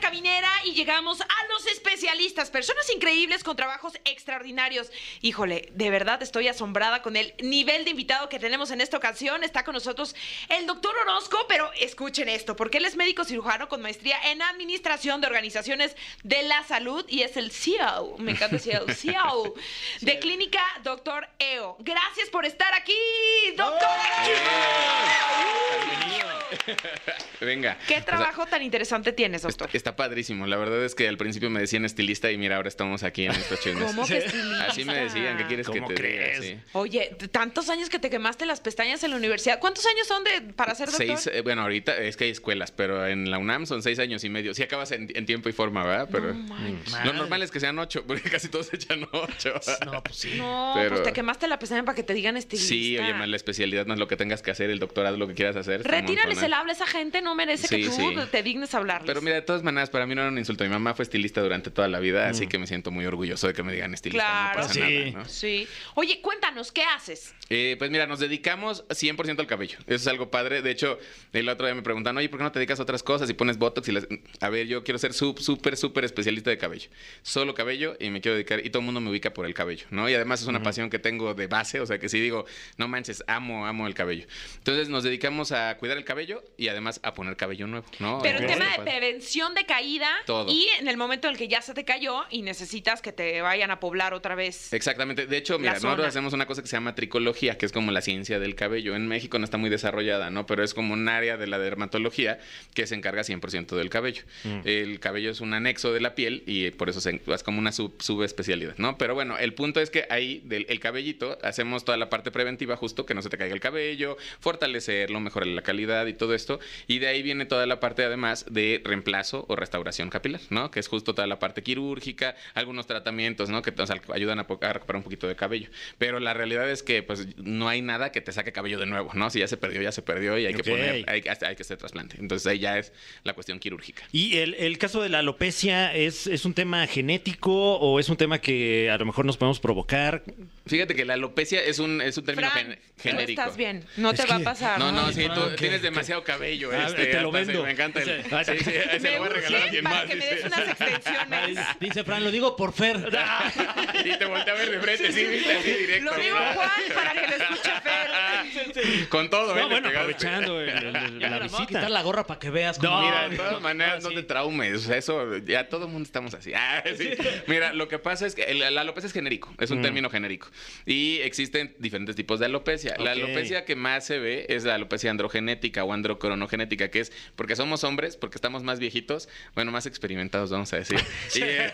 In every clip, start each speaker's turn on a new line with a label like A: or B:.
A: caminera y llegamos a los especialistas, personas increíbles con trabajos extraordinarios. Híjole, de verdad estoy asombrada con el nivel de invitado que tenemos en esta ocasión. Está con nosotros el doctor Orozco, pero escuchen esto, porque él es médico cirujano con maestría en administración de organizaciones de la salud y es el CEO, me encanta E CEO, CEO de Clínica Doctor EO. Gracias por estar aquí, doctor.
B: Venga.
A: ¿Qué trabajo tan interesante tienes, doctor?
B: Está, está padrísimo. La verdad es que al principio me decían estilista y mira, ahora estamos aquí en estos chismes.
A: ¿Cómo que estilista?
B: Así me decían, ¿qué quieres que
C: ¿Cómo
B: te
C: crees?
B: diga? Sí.
A: Oye, t- tantos años que te quemaste las pestañas en la universidad. ¿Cuántos años son de para ser doctor?
B: Seis, eh, bueno, ahorita es que hay escuelas, pero en la UNAM son seis años y medio. Si acabas en, en tiempo y forma, ¿verdad? Pero lo
C: Madre.
B: normal es que sean ocho, porque casi todos echan ocho.
C: No, pues sí.
A: No,
B: mm. Pero-
A: pues te quemaste la pestaña para que te digan estilista.
B: Sí, oye, más la especialidad, más lo que tengas que hacer, el doctorado, lo que quieras hacer. está
A: Retírales
B: montonal.
A: el habla, esa gente no merece que
B: Sí,
A: tú
B: sí.
A: te dignes a hablarles.
B: Pero mira, de todas maneras, para mí no era un insulto. Mi mamá fue estilista durante toda la vida, así que me siento muy orgulloso de que me digan estilista.
A: Claro.
B: No pasa
C: Mm. Sí.
B: nada, ¿no?
A: Sí. Oye, cuéntanos, ¿qué haces?
B: Eh, pues mira, nos dedicamos 100% al cabello. Eso es algo padre. De hecho, el otro día me preguntan, oye, ¿por qué no te dedicas a otras cosas y pones botox? Y las... A ver, yo quiero ser sup- súper, súper especialista de cabello. Solo cabello y me quiero dedicar. Y todo el mundo me ubica por el cabello, ¿no? Y además es una pasión que tengo de base. O sea, que si digo, no manches, amo, amo el cabello. Entonces nos dedicamos a cuidar el cabello y además a poner cabello nuevo, ¿no?
A: Pero el
B: Eso es
A: tema
B: lo
A: de
B: padre.
A: prevención de caída
B: Todo.
A: y en el momento en el que ya se te cayó y necesitas que te vayan a poblar otra vez.
B: Exactamente. De hecho, mira, nosotros
A: zona.
B: hacemos una cosa que se llama tricología, que es como la ciencia del cabello. En México no está muy desarrollada, ¿no? Pero es como un área de la dermatología que se encarga 100% del cabello. El cabello es un anexo de la piel y por eso se- es como una sub- subespecialidad, ¿no? Pero bueno, el punto es que ahí del el cabellito hacemos toda la parte preventiva justo que no se te caiga el cabello, fortalecerlo, mejorar la calidad y todo esto. Y de ahí viene toda la parte además de reemplazo o restauración capilar, ¿no? Que es justo toda la parte quirúrgica, algunos tratamientos, ¿no? Que o sea, ayudan a, po- a recuperar un poquito de cabello. Pero la realidad es que pues no hay nada que te saque cabello de nuevo, ¿no? Si ya se perdió, ya se perdió y hay
C: Ok.
B: que poner, hay, hay que hacer trasplante. Entonces ahí ya es la cuestión quirúrgica.
C: ¿Y el, el caso de la alopecia ¿es, es un tema genético o es un tema que a lo mejor nos podemos provocar?
B: Fíjate que la alopecia es un, es un término
A: Fran,
B: gen-
A: tú
B: genérico.
A: estás bien, no te va a pasar.
B: No, no, sí,
C: Ah,
B: tú
C: ok,
B: tienes
C: ok.
B: demasiado cabello.
C: Ah,
B: este,
C: te lo
B: hasta se-
C: vendo.
B: Me encanta. El,
C: Sí. Ah,
B: sí, sí,
A: Me
B: se lo voy a regalar a
A: urgen
B: alguien
A: para
B: más.
A: que me
B: dice.
A: des unas extensiones.
D: Dice Fran, lo digo por Fer.
B: Y te volteé a ver de frente, sí, viste, así directo.
A: Lo digo
B: ¿verdad?
A: Juan para que lo escuche Fer.
B: Con todo, ¿eh?
C: No,
B: Le
C: bueno,
B: pegaste.
C: aprovechando el- el- el-
D: Ya me
C: la
D: la voy a
C: visita.
D: quitar la gorra para que veas.
C: No,
B: Mira, de
C: no,
B: todas maneras,
C: sí.
B: no te traumes. o sea, Eso, ya todo el mundo estamos así. Ah, sí. Mira, lo que pasa es que el- la alopecia es genérico, es
C: Mm.
B: un término genérico. Y existen diferentes tipos de alopecia. La
C: Ok.
B: alopecia que más se ve es la alopecia androgenética o androcronogenética, que es porque somos hombres, porque estamos más viejitos, bueno, más experimentados, vamos a decir. Y, eh,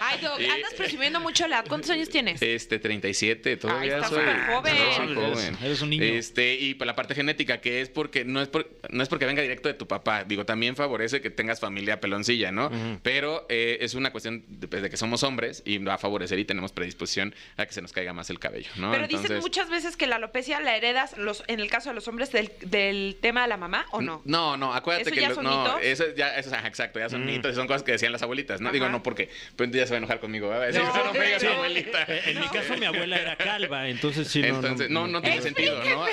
A: Ay, Doc,
B: Y-
A: andas presumiendo mucho la edad. ¿Cuántos años tienes?
B: Este, 37, todavía
A: Ay, estás
B: soy,
A: súper joven.
B: soy joven.
D: Eres- eres un niño.
B: Este, y por la parte genética, que es porque no es, por- no es porque venga directo de tu papá, digo, también favorece que tengas familia peloncilla, ¿no? Pero eh, es una cuestión de, pues, de que somos hombres y va a favorecer y tenemos predisposición a que se nos caiga más el cabello, ¿no?
A: Pero dicen
B: Entonces-
A: muchas veces que la alopecia la heredas, los, en el caso de los hombres, del, del tema de la mamá, ¿o no?
B: No, no, acuérdate
A: ¿Eso
B: que
A: ya
B: los-
A: son
B: no,
A: mitos?
B: eso ya, eso, ajá, exacto, ya
D: Mm.
B: son mitos y son cosas que decían las abuelitas, ¿no? Digo,
A: Ajá.
B: no, porque pues, ya se va a enojar conmigo, va a decir,
A: No,
B: "Eso no pega a
A: sí.
B: tu abuelita.
C: Eh, En mi
A: No.
C: caso, mi abuela era calva, entonces sí, no,
B: Entonces, no, no tiene sentido, ¿no?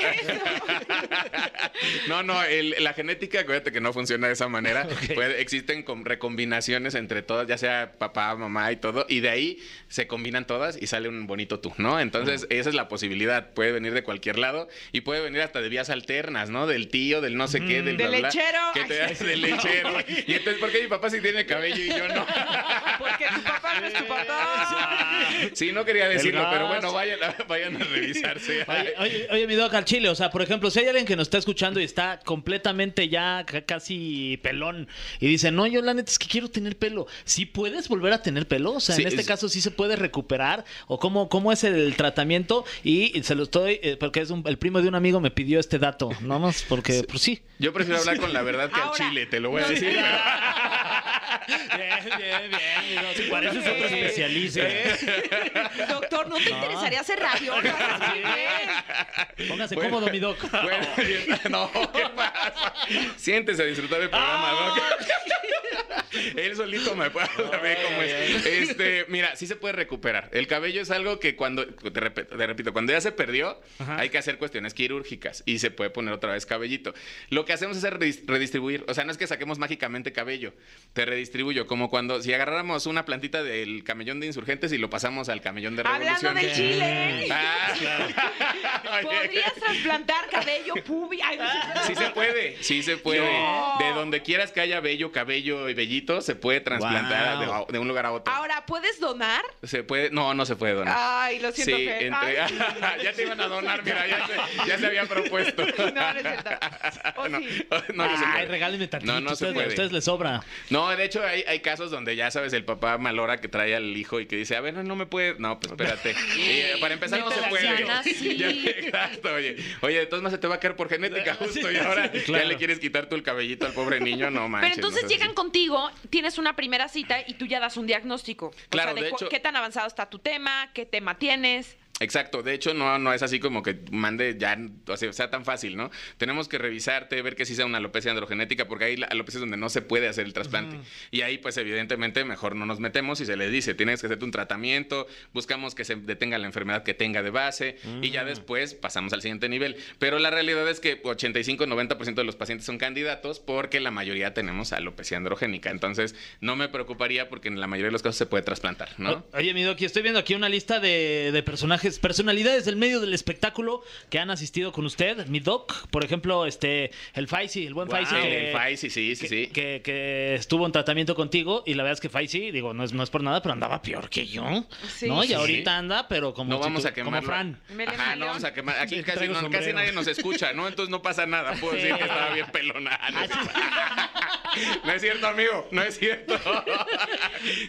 B: no, no, el- la genética, acuérdate que no funciona de esa manera. Pues, existen com- recombinaciones entre todas, ya sea papá, mamá y todo, y de ahí se combinan todas y sale un bonito tú, ¿no? Entonces, esa es la posibilidad. Puede venir de cualquier lado y puede venir hasta de vías alternas, ¿no? Del tío, del no sé qué,
A: Del
B: del bla, bla,
A: lechero.
B: que te
A: Ay,
B: das del lechero. Y entonces, ¿por qué mi papá sí tiene cabello y yo no?
A: Porque tu papá no es tu papá.
B: Sí, no quería decirlo,
C: gas.
B: pero bueno, vayan a, vayan a revisarse.
D: Oye, oye, oye, mi doc, al chile, o sea, por ejemplo, si hay alguien que nos está escuchando y está completamente ya ca- casi pelón y dice, no, yo la neta es que quiero tener pelo, ¿sí puedes volver a tener pelo? O sea,
B: Sí,
D: en este
B: es-
D: caso sí se puede recuperar o cómo, cómo es el tratamiento y se lo estoy, eh, porque es un- el primo de un amigo me pidió este dato, nada más porque, pues sí.
B: Yo prefiero hablar con la verdad que al
A: Ahora,
B: chile, te lo voy a
A: no,
B: decir.
A: sí.
D: Bien, bien, bien, mi doc. Sí,
C: Para
D: parece
C: eso es otro
A: Sí.
C: especialista.
A: Doctor, ¿no te interesaría hacer radio?
D: Póngase
B: Bueno.
D: cómodo, mi doc.
B: Bueno, y- no, ¿qué pasa? Siéntese a disfrutar del programa, ¿no? Él solito me puede saber cómo es. Este, mira, sí se puede recuperar. El cabello es algo que cuando, te, rep- te repito, cuando ya se perdió, hay que hacer cuestiones quirúrgicas y se puede poner otra vez cabellito. Lo que hacemos es redis- redistribuir. O sea, no es que saquemos mágicamente cabello. Te redistribuyo. Como cuando si agarráramos una plantita del camellón de insurgentes y lo pasamos al camellón de
A: Hablando
B: revolución.
A: del chile.
B: Ah, Oye.
A: ¿Podrías trasplantar cabello pubi? Ay, no sé.
B: Sí se puede, sí se puede.
A: No.
B: De donde quieras que haya bello, cabello y bellito, se puede trasplantar
C: Wow.
B: de, de un lugar a otro.
A: Ahora, ¿puedes donar?
B: Se puede, no, Ah, no se puede donar.
A: Ay, lo siento,
B: sí,
A: Fer.
B: entre-
A: Ay,
B: ya te iban a donar, mira, ya se, ya se había propuesto.
A: No, no es cierto. O
B: no,
A: sí.
B: no, no se
D: Ay,
B: puede.
D: regálenme tantito.
B: No, no se
D: ustedes-
B: puede.
D: A ustedes les sobra.
B: No, de hecho hay, hay casos donde ya sabes, el papá malora que trae al hijo y que dice, a ver, no, no me puede. No, pues espérate. Y, eh, para empezar, no
A: Neta,
B: se
A: la
B: puede.
A: anciana, sí.
B: Ya- exacto, oye. Oye, entonces más se te va a caer por genética justo y ahora
D: claro.
B: ya le quieres quitar tú el cabellito al pobre niño, no manches.
A: Pero entonces
B: no seas
A: llegan
B: así.
A: contigo, tienes una primera cita y tú ya das un diagnóstico. O
B: Claro,
A: sea, de,
B: de
A: cu-
B: hecho-
A: qué tan avanzado está tu tema, qué tema tienes.
B: Exacto, de hecho no, no es así como que mande ya, o sea, sea tan fácil, ¿no? Tenemos que revisarte, ver que sí sea una alopecia androgenética, porque hay la- alopecias donde no se puede hacer el trasplante. Y ahí pues evidentemente mejor no nos metemos y se le dice, tienes que hacerte un tratamiento, buscamos que se detenga la enfermedad que tenga de base y ya después pasamos al siguiente nivel. Pero la realidad es que 85-90% de los pacientes son candidatos porque la mayoría tenemos alopecia androgénica. Entonces no me preocuparía porque en la mayoría de los casos se puede trasplantar, ¿no?
D: O- Oye, mi Doki, estoy viendo aquí una lista de, de personajes, personalidades del medio del espectáculo que han asistido con usted. Mi Doc, por ejemplo, este, el Faisy, el buen
B: Wow,
D: Faisy. que-
B: el Faisy, sí, sí,
D: que,
B: sí.
D: que- que estuvo en tratamiento contigo y la verdad es que Faisy, digo, no es, no es por nada, pero andaba peor que yo.
A: Sí.
D: ¿no? Y
A: Sí.
D: ahorita anda, pero como,
B: No
D: si
B: vamos
D: tú-
B: a quemarlo.
D: como Fran.
A: Me le
B: Ajá,
A: salió.
B: no vamos a quemar. Aquí
C: Sí,
B: casi,
C: traigo
B: no-
C: sombrero.
B: casi nadie nos escucha, ¿no? Entonces no pasa nada. Puedo decir que estaba bien pelona. Ah, No, es cierto. No es cierto, amigo. No es cierto.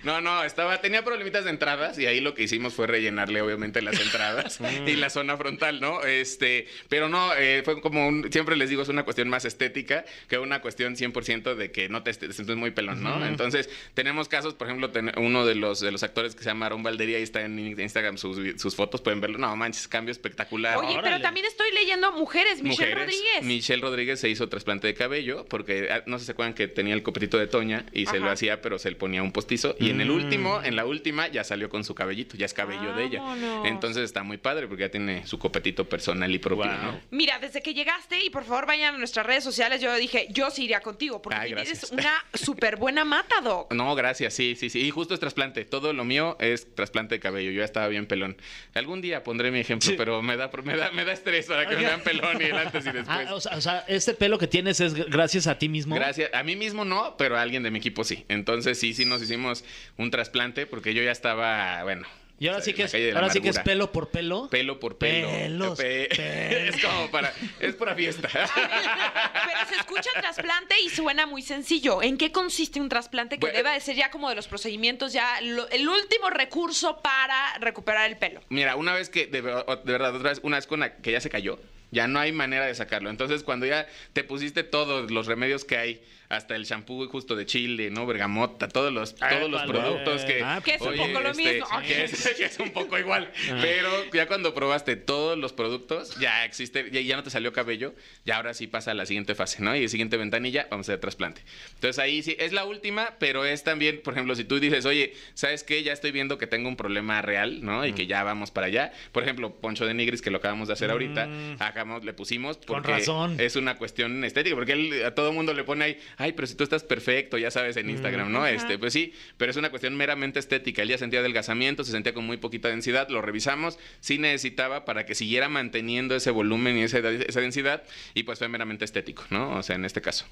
B: No, no, estaba, tenía problemitas de entradas y ahí lo que hicimos fue rellenarle, obviamente, las entradas y la zona frontal, ¿no? Este, pero no, eh, fue como un, siempre les digo, es una cuestión más estética que una cuestión 100% de que no te est- te sientes muy pelón, ¿no? Entonces, tenemos casos, por ejemplo, ten- uno de los, de los actores que se llama Aaron Valdería y está en Instagram sus, vi- sus fotos, pueden verlo. No, manches, cambio espectacular.
A: Oye, pero
D: órale.
A: también estoy leyendo mujeres, Michelle
B: Ah, Mujeres.
A: Rodríguez.
B: Michelle Rodríguez se hizo trasplante de cabello porque ah, no sé si se acuerdan que tenía el copetito de Toña y se lo
A: Ajá.
B: hacía, pero se le ponía un postizo. Y en el último, en la última, ya salió con su cabellito, ya es cabello de ella.
A: Vámonos.
B: Entonces está muy padre porque ya tiene su copetito personal y propio.
C: Wow.
B: ¿no?
A: Mira, desde que llegaste, y por favor vayan a nuestras redes sociales, yo dije, yo sí iría contigo, porque
B: Ay, gracias.
A: eres una súper buena mata, Doc.
B: No, gracias, sí, sí, sí. Y justo es trasplante. Todo lo mío es trasplante de cabello. Yo ya estaba bien pelón. Algún día pondré mi ejemplo, pero me da, me da, me da estrés para que me vean pelón y el antes y
D: Ah,
B: después.
D: o, sea, o sea, este pelo que tienes es gracias a ti mismo.
B: Pues, Gracias. A mí mismo no, pero a alguien de mi equipo sí. Entonces sí, sí nos hicimos un trasplante porque yo ya estaba, bueno.
D: Y ahora
B: o sea,
D: sí
B: en
D: que
B: la
D: es,
B: calle de la
D: ahora sí que es
B: amargura.
D: pelo por pelo.
B: Pelo por pelo.
D: Pelos,
B: Pe- Es como para. Es para fiesta.
A: A ver, Pero se escucha trasplante y suena muy sencillo. ¿En qué consiste un trasplante que
B: Bueno.
A: deba de ser ya como de los procedimientos, ya lo- el último recurso para recuperar el pelo?
B: Mira, una vez que, de, ver- de verdad, otra vez, una vez con la que ya se cayó, ya no hay manera de sacarlo. Entonces, cuando ya te pusiste todos los remedios que hay, hasta el shampoo justo de chile, ¿no? Bergamota, todos los,
D: Ah,
B: todos los
D: vale.
B: productos que.
D: Ah,
A: Que es un poco lo mismo.
B: este, que es, que es un poco igual. Pero ya cuando probaste todos los productos, ya existe, ya, ya no te salió cabello, ya ahora sí pasa a la siguiente fase, ¿no? Y la siguiente ventanilla, vamos a hacer trasplante. Entonces ahí sí, es la última, pero es también, por ejemplo, si tú dices, oye, ¿sabes qué? Ya estoy viendo que tengo un problema real, ¿no? Y que ya vamos para allá. Por ejemplo, Poncho de Nigris, que lo acabamos de hacer ahorita, acabamos, le pusimos
D: Con
B: porque
D: razón.
B: es una cuestión estética, porque él, a todo mundo le pone ahí, ay, pero si tú estás perfecto, ya sabes, en Instagram, ¿no? Este, pues sí, pero es una cuestión meramente estética. Él ya sentía adelgazamiento, se sentía con muy poquita densidad, lo revisamos, sí necesitaba para que siguiera manteniendo ese volumen y esa, esa densidad, y pues fue meramente estético, ¿no? O sea, en este caso.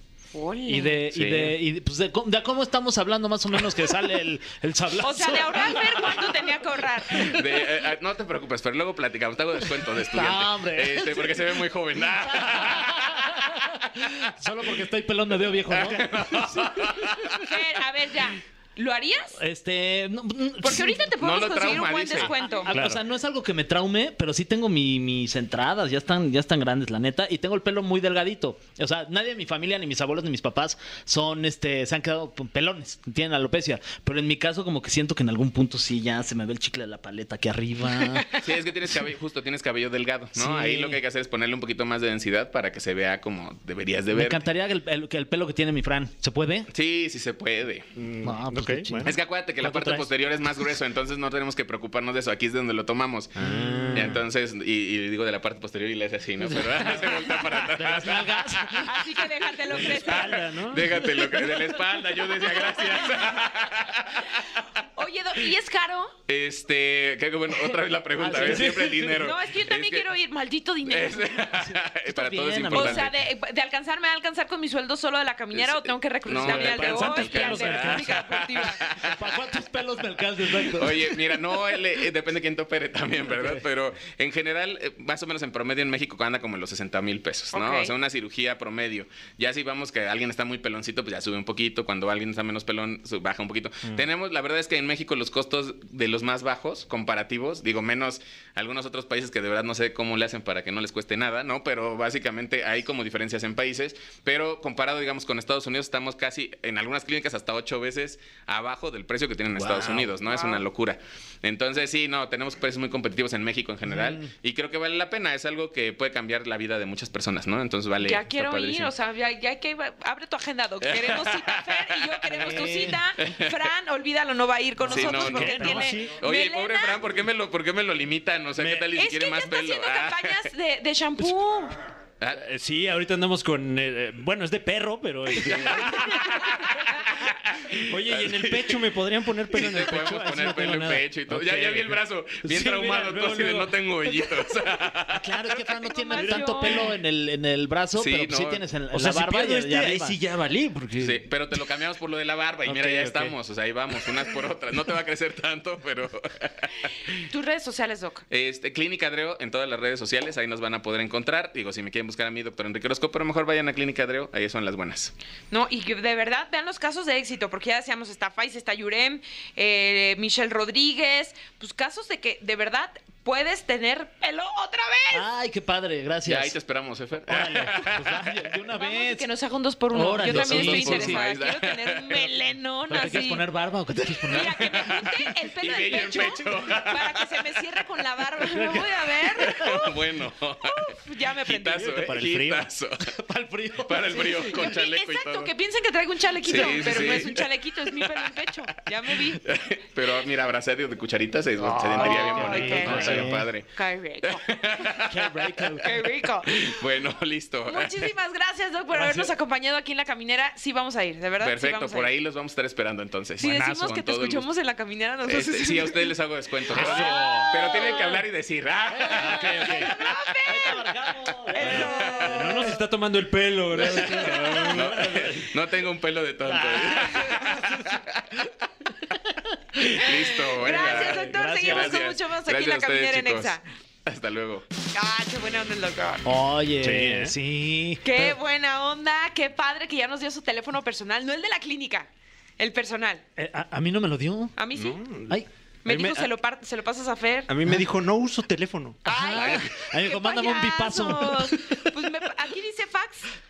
D: Y de,
B: Sí.
D: y de, y de- pues de, cómo- de cómo estamos hablando más o menos que sale el, el sablazo.
A: O sea, de ahorrar, ver cuánto tenía que ahorrar.
B: De, eh, eh, no te preocupes, pero luego platicamos, te hago descuento de estudiante.
D: No, hombre.
B: Este, porque se ve muy joven.
D: Solo porque estoy pelón me veo viejo, ¿no?
A: Fer, a ver, ya. ¿Lo harías?
D: Este, no, mm,
A: Porque ahorita te
B: No
A: podemos
B: lo
A: conseguir un
B: trauma,
A: buen
B: dice.
A: descuento.
D: Ah,
C: Claro.
D: O sea, no es algo que me traume, pero sí tengo mi- mis entradas, ya están, ya están grandes, la neta, y tengo el pelo muy delgadito. O sea, nadie de mi familia, ni mis abuelos, ni mis papás, son, este, se han quedado con pelones, tienen alopecia. Pero en mi caso, como que siento que en algún punto sí ya se me ve el chicle de la paleta aquí arriba.
B: Sí, es que tienes cabello, justo tienes cabello delgado, ¿no?
D: Sí.
B: Ahí lo que hay que hacer es ponerle un poquito más de densidad para que se vea como deberías de
D: me
B: ver.
D: encantaría que el, el- que el pelo que tiene mi Fran, ¿se puede?
B: Sí, sí se puede.
D: No,
C: Ah, ok,
D: pues, qué chido.
C: bueno.
B: Es que acuérdate que la
D: ¿Cuánto
B: parte
D: traes?
B: posterior es más grueso, entonces no tenemos que preocuparnos de eso. Aquí es donde lo tomamos.
D: Ah.
B: Entonces, y, y digo de la parte posterior y le hace así, ¿no? Pero ah, se voltea para atrás.
D: De las nalgas.
A: Así que déjatelo crecer.
C: Ala, ¿no?
B: Déjate lo que de la espalda, yo decía gracias.
A: Oye, Doc, ¿y es caro?
B: Este, creo que bueno, otra vez la pregunta,
D: Ah, sí.
B: ¿ves? Siempre el dinero.
A: No, es que yo también quiero ir. Maldito dinero.
B: es- para todo es
D: bien,
A: O
B: importante.
A: sea, de, de alcanzar, ¿me va a alcanzar con mi sueldo solo de la caminera
B: Es- eh,
A: o tengo que
B: no,
A: reclutarme
B: de
A: al de
B: alcanzar
A: hoy
B: tus
A: y al
B: pelos
A: de la
B: me
A: clínica deportiva?
D: ¿Para cuántos pelos me Pues, alcanza? Exacto.
B: Oye, mira, no, él, eh, depende de quién te opere también, ¿verdad? Pero en general, eh, más o menos en promedio en México anda como en los 60 mil pesos, ¿no?
A: Ok.
B: O sea, una cirugía promedio. Ya si vamos que alguien está muy peloncito, pues ya sube un poquito. Cuando alguien está menos pelón, su- baja un poquito. Tenemos, la verdad es que en México los costos de los más bajos comparativos, digo, menos algunos otros países que de verdad no sé cómo le hacen para que no les cueste nada, ¿no? Pero básicamente hay como diferencias en países, pero comparado, digamos, con Estados Unidos, estamos casi en algunas clínicas hasta ocho veces abajo del precio que tienen en Estados Unidos, ¿no? Es una locura. Entonces, sí, no, tenemos precios muy competitivos en México en general y creo que vale la pena, es algo que puede cambiar la vida de muchas personas, ¿no? Entonces, vale.
A: Ya
B: está
A: quiero ir,
B: padrísimo. Eh.
A: o sea, ya, ya hay que abre tu agenda, Doc. Queremos cita, Fer y yo queremos tu cita. Fran, olvídalo, no va a ir con
B: Sí,
A: nosotros
B: no, no.
A: porque él
C: No,
A: tiene.
C: sí.
B: Oye,
A: melena.
B: pobre Fran, ¿por qué me lo, por qué me lo limitan? O sea,
C: Me-
B: ¿qué tal y si
A: Es que
B: quiere
A: ya
B: más
A: está
B: pelo?
A: haciendo
B: Ah.
A: campañas de, de shampoo.
B: Ah,
C: Eh, Sí, ahorita andamos con. eh, eh, bueno, es de perro, pero. este- Oye, ¿y en el pecho me podrían poner pelo en
B: Te
C: el pecho?
B: podemos
C: Así
B: poner
C: no
B: pelo
C: tengo
B: en
C: nada.
B: pecho y todo. Ya,
C: Ok,
B: ya vi el
C: ok.
B: brazo, bien
C: Sí, mira,
B: traumado,
C: luego,
B: todo así de
C: luego.
B: no tengo hoyitos.
D: ah, Claro, es que Fran no tiene
A: Información.
D: tanto pelo en el, en el brazo,
B: Sí,
D: pero pues sí
B: no.
D: tienes en,
C: O
D: en
C: sea,
D: la barba
C: si pierdo
D: y- y
C: este, ahí
D: arriba.
C: sí ya valí, porque.
B: Sí, pero te lo cambiamos por lo de la barba y mira,
C: Ok,
B: ya
C: ok.
B: estamos. O sea, ahí vamos, unas por otras. No te va a crecer tanto, pero.
A: Tus redes sociales, Doc.
B: Este, Clínica Dreo en todas las redes sociales, ahí nos van a poder encontrar. Digo, si me quieren buscar a mí, doctor Enrique Orozco, pero mejor vayan a Clínica Dreo, ahí son las buenas.
A: No, y que de verdad vean los casos de éxito, porque ya decíamos, está Faiz, está Yurem, eh, Michelle Rodríguez, pues casos de que de verdad puedes tener pelo otra vez.
D: Ay, qué padre,
B: Ya,
D: gracias.
B: ahí te esperamos, Efer.
D: Órale, pues vaya, de una
A: Vamos y
D: vez.
A: que nos haga un dos por uno.
D: Órale,
A: Yo también
B: sí,
A: estoy
B: sí, sí.
A: interesada.
B: Sí.
A: Quiero tener un melenón
D: ¿Pero te
A: así.
D: quieres poner barba o qué te quieres poner?
A: Mira, que me junte el pelo
B: Y
A: del
B: bello en
A: pecho,
B: pecho.
A: para que se me cierre con la barba. Me voy a ver.
B: bueno,
A: Uf, ya me aprendí.
B: Hitazo,
C: Ahorita
B: eh,
C: para el frío.
B: hitazo.
D: Para el frío.
B: Para el frío, con
A: Que pi-
B: chaleco y
A: Exacto,
B: todo.
A: que piensen que traigo un chalequito,
B: Sí, sí,
A: pero no
B: sí.
A: es un chalequito, es mi pelo en pecho. Ya me vi.
B: Pero mira, abrazadito de cucharitas se, se sentiría bien
A: qué
B: bonito.
A: rico.
B: ¿no? Estaría padre.
A: Qué rico,
D: Qué rico.
A: qué rico.
B: Bueno, listo.
A: Muchísimas gracias, Doc, por habernos acompañado aquí en la caminera. Sí vamos a ir, de verdad. sí
B: Perfecto,
A: vamos a
B: por
A: ir.
B: ahí los vamos a estar esperando entonces.
A: Si decimos
B: Buenazo,
A: que
B: con
A: te
B: todo el gusto.
A: escuchamos en la caminera, nosotros...
B: Este, sí, a ustedes les hago descuento. Pero, pero tienen que hablar y decir. ¡Ah!
C: Pero No nos está tomando el pelo, ¿verdad?
B: No, no tengo un pelo de tonto. Listo. venga.
A: Gracias, doctor. Seguimos con mucho más aquí en
B: Gracias a
A: La Caminera en
B: chicos.
A: Exa.
B: Hasta luego.
A: Ah, qué buena onda el doctor.
D: Oye,
C: Sí, ¿eh?
D: sí.
A: Qué buena onda, qué padre que ya nos dio su teléfono personal, no el de la clínica, el personal.
D: Eh, a, a mí no me lo dio.
A: A mí sí.
D: Ay.
A: Me
C: A mí
A: dijo,
C: me-
A: se, lo par- se lo pasas a Fer.
C: A mí me dijo, no uso teléfono.
A: Ay,
D: Ay, me dijo, mándame un bipazo.
A: payasos! Pues me- aquí dice fax.